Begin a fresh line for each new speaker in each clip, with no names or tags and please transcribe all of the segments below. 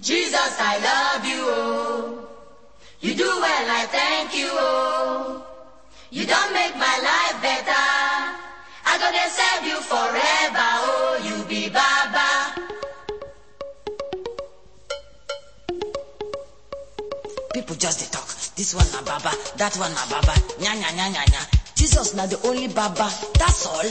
Jesus, I love you, oh. You do well, I thank you, oh. You don't make my life better. I gonna serve you forever, oh. You be Baba.
People just dey talk. This one na Baba, that one na Baba. Nya nya nya nya nya. Jesus na the only Baba. That's all.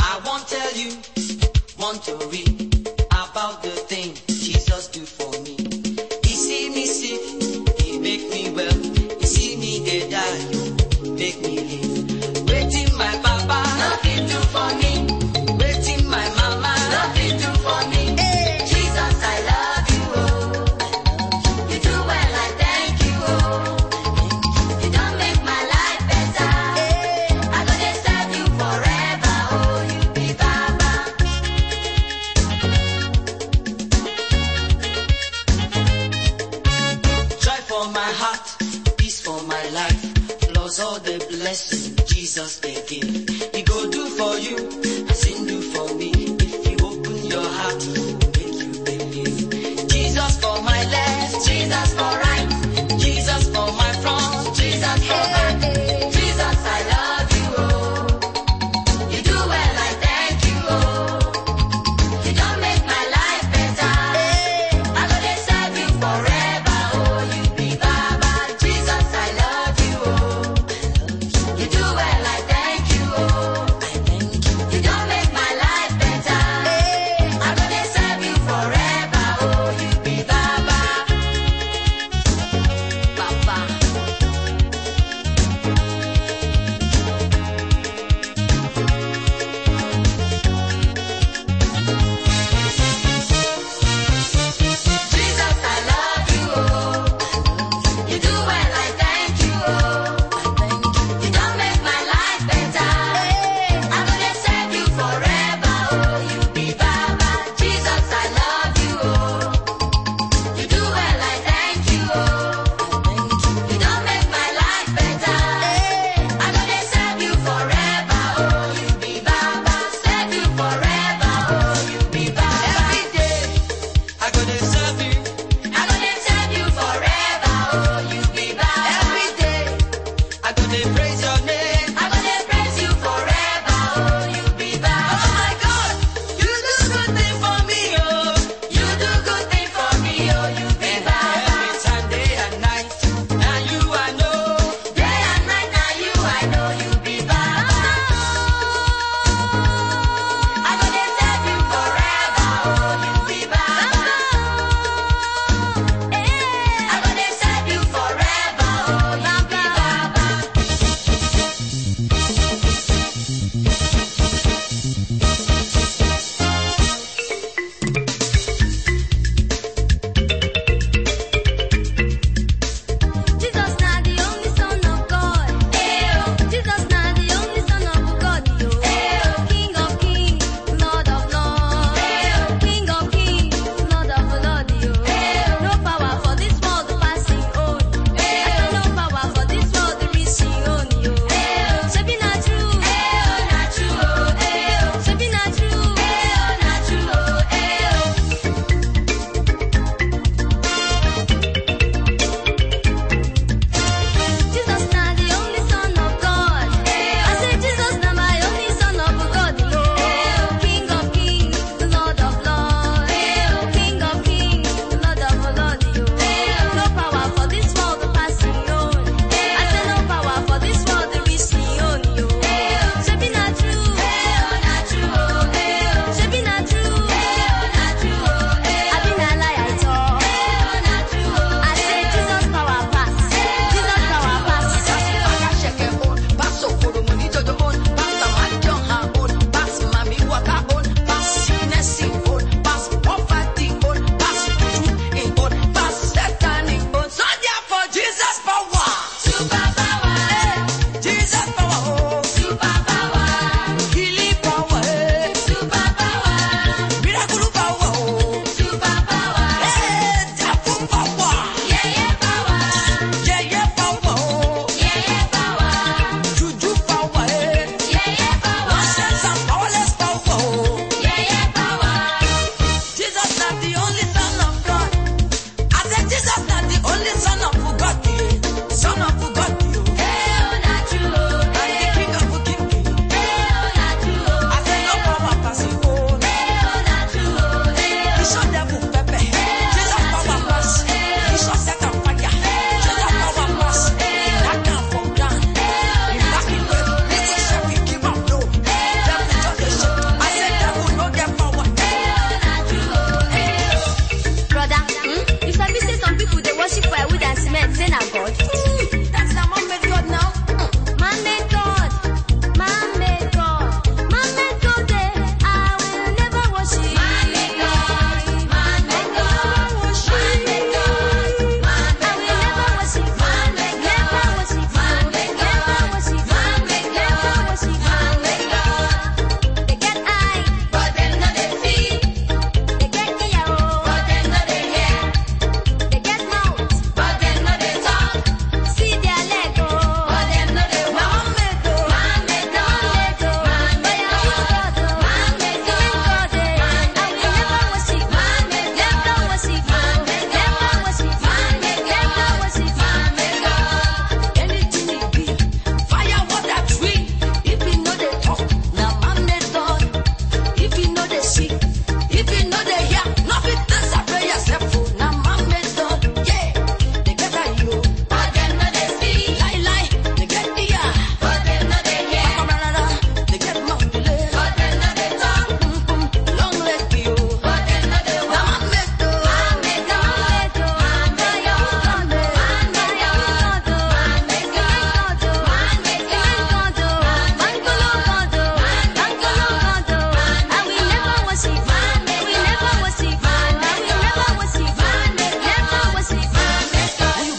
I won't tell you one story about the thing Jesus do for me. He see me sick, he make me well. He see me dey die, make me live. Waiting my papa, nothing do for me. Waiting my mama, nothing do for me. Hey.
Jesus, I love you, oh. You do well, I thank you, oh. You don't make my life better. I gonna serve you forever, oh. You be Baba.
Try for my heart, peace for my life. Lost all the blessing Jesus they give. He go do for you, as he do for me. If you open your heart, he will make you believe. Jesus for my left, Jesus for right, Jesus for my front, Jesus for back.
Jesus, I love you, oh. You do well, I thank you, oh. You don't make my life better. I gonna serve you forever, oh. You be Baba. Jesus, I love you, oh. You do well, I thank you, oh.
I thank you.
You Oh, Oh, oh. Oh, Oh, oh,
oh, oh,
oh, oh,
oh, eh, oh. oh.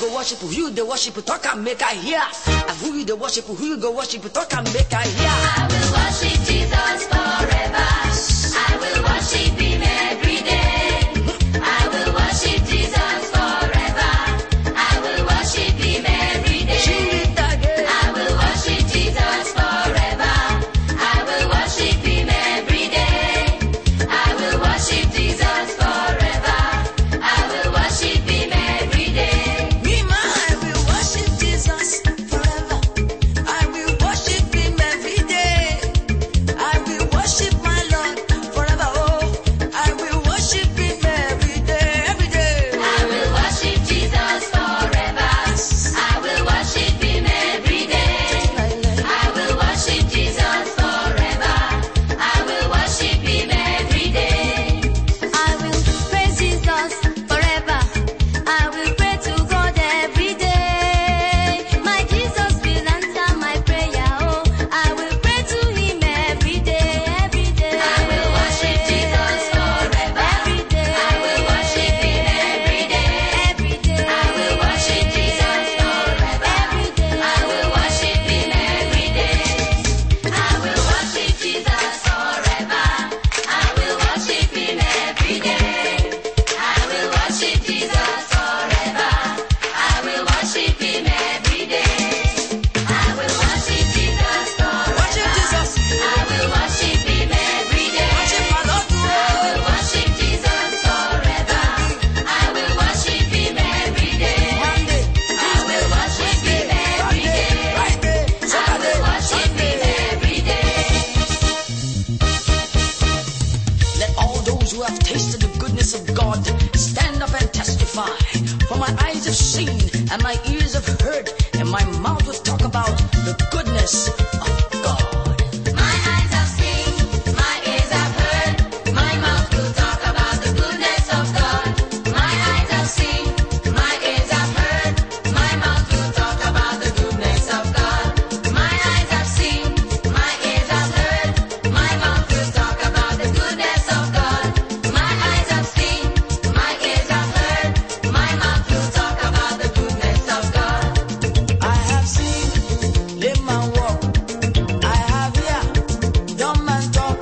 worship, who you the worship, talk and make I hear. And who you the worship, who you go worship, talk and make I hear.
I will worship Jesus forever. I will worship Him every day. I will worship Jesus forever. I will worship Him every
Sing
day.
it again.
I will worship Jesus forever. I will worship Him every day. I will worship Jesus forever. I will worship Him every day.
Me, my, I will worship Jesus forever. I will worship Him every day. I will worship my Lord forever. Oh, I will worship Him every day, every day.
I will worship Jesus forever. I will worship Him every day. I will worship Jesus forever. I will worship Him every day. I will praise Jesus forever. I will pray to God every day. My Jesus will answer my prayer. Oh, I will pray to Him every day, every day. I will worship Jesus forever. Every day. I will worship Him every day. Every day. I will worship Jesus forever. Every day. I will worship Him every day. I will worship Jesus forever. I will worship Him every day. I will worship Jesus forever. I will worship Him every day. I will worship Jesus forever.
Worship Jesus.
I will worship Him every day.
Worship my Lord.
I
oh.
will worship Jesus forever. I will worship Him every day.
One day,
I will worship Him every
Monday,
day.
Friday,
I
Saturday,
will worship Him
Sunday.
every day.
Let all those who have tasted the goodness of God stand up and testify. For my eyes have seen, and my ears have heard, and my mouth will talk about the goodness of God.
My eyes have seen, my ears have heard, my mouth will talk about the goodness of God. My eyes have seen, my ears have heard, my mouth will talk about the goodness of God. My eyes have seen, my ears have heard, my mouth will talk about the goodness of God. My eyes have seen, my ears have heard, my mouth will talk about the goodness of God.
I have seen lame man walk. I have hear dumb man talk.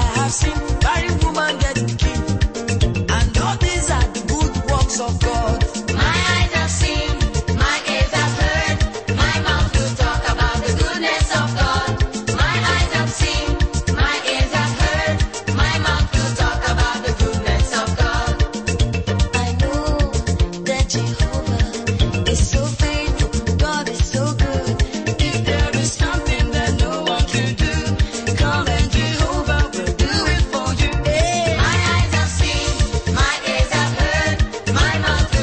I have seen married woman get killed. And all these are the good works of God.
My eyes have seen, my ears have heard, my mouth will talk about the goodness of God. My eyes have seen, my ears have heard, my mouth will talk about the goodness of God.
I know that Jehovah is so faithful. God is so good. If there is something that no one can do, come and Jehovah will do
Oh,
it for you. Hey.
My eyes have seen, my ears have heard, my mouth Oh,
oh. oh.
Oh,
oh. oh. oh. oh.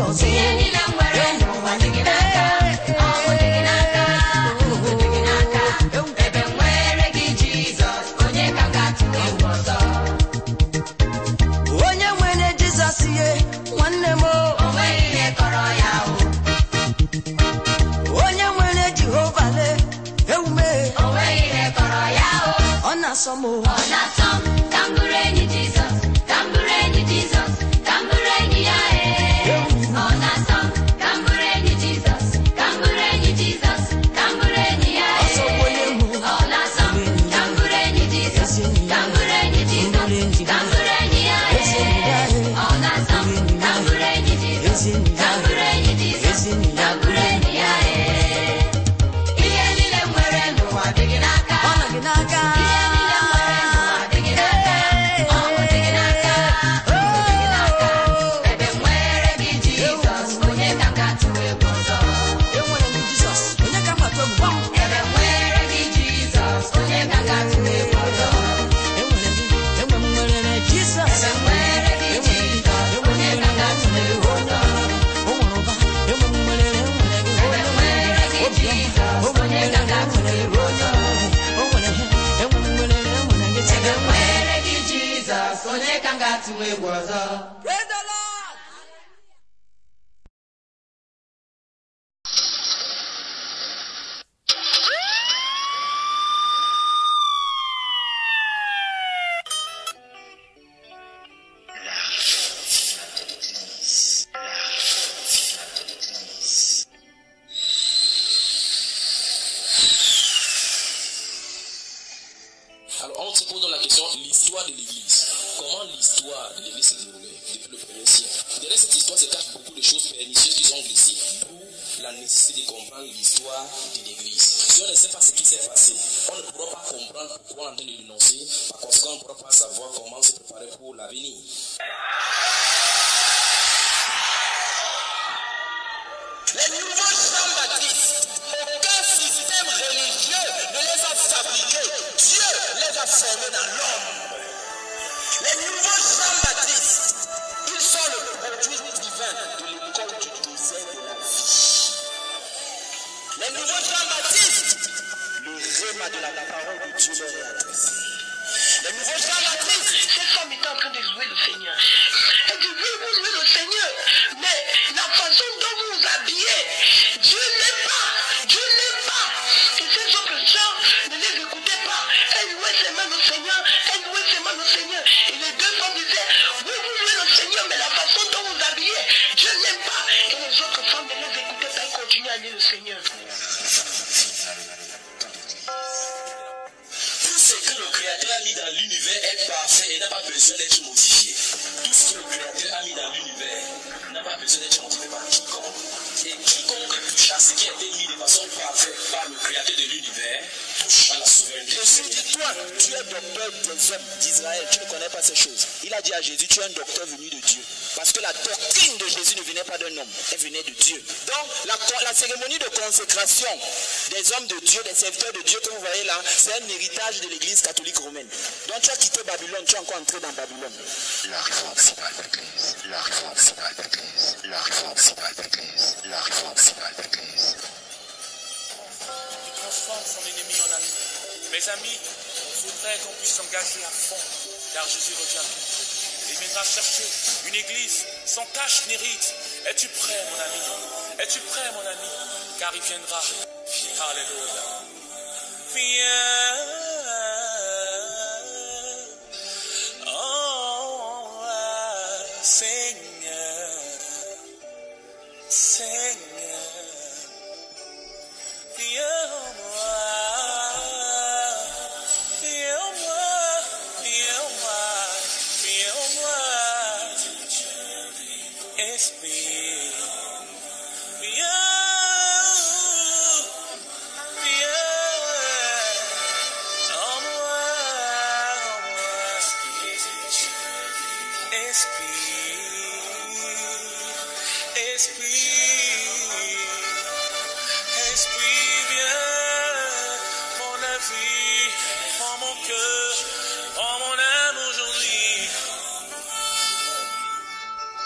oh,
Gọzie onye nwere Jizọs ihe nwanne m o onye nwere Jehova le ewume ọ na-asọ m o ọ nọ gị n'aka
Jizọs, onye ka ga-atụ egwu ọzọ. Enwere gị Jizọs, onye
enwere m Jizọs onye ka mkpata ogbugba m enwere m enwe m nwere Jizọs
ka ga-atụ egwu ọzọ.
o nwere ụba enwe m nwere enwere gị
Enwe m nwere gị Jizọs, onye ka ga-atụ egwu ọzọ.
o nwere m enwe m nwere enwere gị
Enwe m nwere gị Jizọs, onye ka ga-atụ egwu ọzọ.
Praise the Lord.
Alors, on se pose la question, l'histoire de l'Église. Comment l'histoire de l'Église s'est déroulée depuis le premier siècle Derrière cette histoire se cachent beaucoup de choses pernicieuses qui sont glissées. D'où la nécessité de comprendre l'histoire de l'Église. Si on ne sait pas ce qui s'est passé, on ne pourra pas comprendre pourquoi on est en train de dénoncer. Par conséquent, on ne pourra pas savoir comment se préparer pour l'avenir. Les nouveaux chambadistes, aucun système religieux ne les a fabriqués. Dieu les a formés dans l'homme. Les nouveaux chambadistes, ils sont le produit divin de l'école du désert de la vie. Les nouveaux chambadistes, le rhéma de la parole de Dieu leur est adressé. Les nouveaux chambadistes,
Cette femme était en train de louer le Seigneur. Elle dit, oui, vous louez le Seigneur, mais la façon dont vous vous habillez, Dieu n'aime pas, Dieu n'aime pas. Et ces autres gens, ne les écoutez pas. Elle louait seulement le Seigneur, elle louait seulement le Seigneur. Et les deux femmes disaient, oui, vous louez le Seigneur, mais la façon dont vous vous habillez, Dieu n'aime pas. Et les autres femmes ne les écoutaient pas, elles continuaient à louer le Seigneur.
Tout ce que le Créateur a mis dans l'univers est parfait et n'a pas besoin d'être modifié. Tout ce que le Créateur a mis dans l'univers n'a pas besoin d'être modifié par quiconque. Et quiconque touche à ce qui a été mis de façon parfaite par le Créateur de l'univers touche à la souveraineté. Jésus dit Toi, tu es docteur des hommes d'Israël, tu ne connais pas ces choses. Il a dit à Jésus Tu es un docteur venu de Dieu. Parce que la doctrine de Jésus ne venait pas d'un homme, elle venait de Dieu. Donc, la, la cérémonie de consécration des hommes de Dieu, des serviteurs de Dieu que vous voyez là, c'est un héritage de l'église catholique romaine. Donc, tu as quitté Babylone, tu es encore entré dans Babylone.
La réforme s'évade d'Église. La réforme s'évade d'Église. La réforme s'évade d'Église. La réforme s'évade d'Église.
transforme son ennemi en ami. Mes amis, il faudrait qu'on puisse s'engager à fond, car Jésus revient bientôt. Il viendra chercher une église sans tâche ni rite. Es-tu prêt, mon ami Es-tu prêt, mon ami Car il viendra. Alléluia. Viens, oh Seigneur, Seigneur. Esprit, Esprit, viens, mon avis, prends mon cœur,